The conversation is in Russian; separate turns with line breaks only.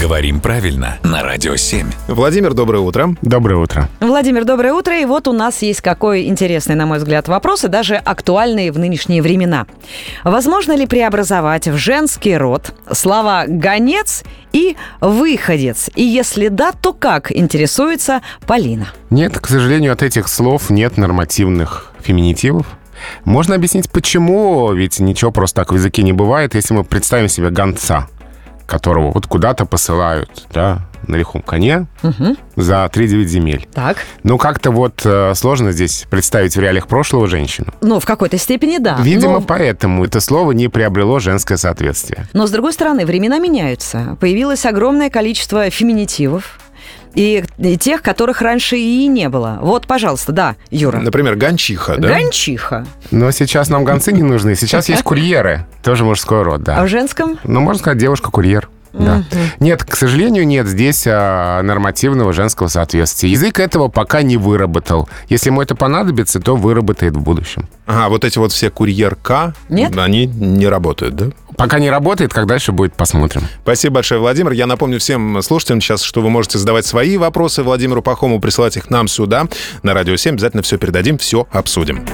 Говорим правильно на Радио 7.
Владимир, доброе утро.
Доброе утро.
Владимир, доброе утро. И вот у нас есть какой интересный, на мой взгляд, вопрос, и даже актуальный в нынешние времена. Возможно ли преобразовать в женский род слова «гонец» и «выходец»? И если да, то как, интересуется Полина.
Нет, к сожалению, от этих слов нет нормативных феминитивов. Можно объяснить, почему, ведь ничего просто так в языке не бывает, если мы представим себе гонца, которого вот куда-то посылают, да, на лихом коне за 3-9 земель.
Так,
Ну, как-то вот э, сложно здесь представить в реалиях прошлого женщину.
ну, в какой-то степени да.
Видимо,
но...
поэтому это слово не приобрело женское соответствие.
Но, с другой стороны, времена меняются. Появилось огромное количество феминитивов. И, и тех, которых раньше и не было. Вот, пожалуйста, да, Юра.
Например, гончиха, да?
Гончиха.
Но сейчас нам гонцы не нужны, сейчас есть курьеры, тоже мужской род, да.
А в женском?
Ну, можно сказать, девушка-курьер. Да. Нет, к сожалению, нет здесь а, нормативного женского соответствия. Язык этого пока не выработал. Если ему это понадобится, то выработает в будущем.
Ага, вот эти вот все курьерка,
Нет?
они не работают, да?
Пока не работает, как дальше будет, посмотрим.
Спасибо большое, Владимир. Я напомню всем слушателям сейчас, что вы можете задавать свои вопросы Владимиру Пахому, присылать их нам сюда. На Радио 7 обязательно все передадим, все обсудим.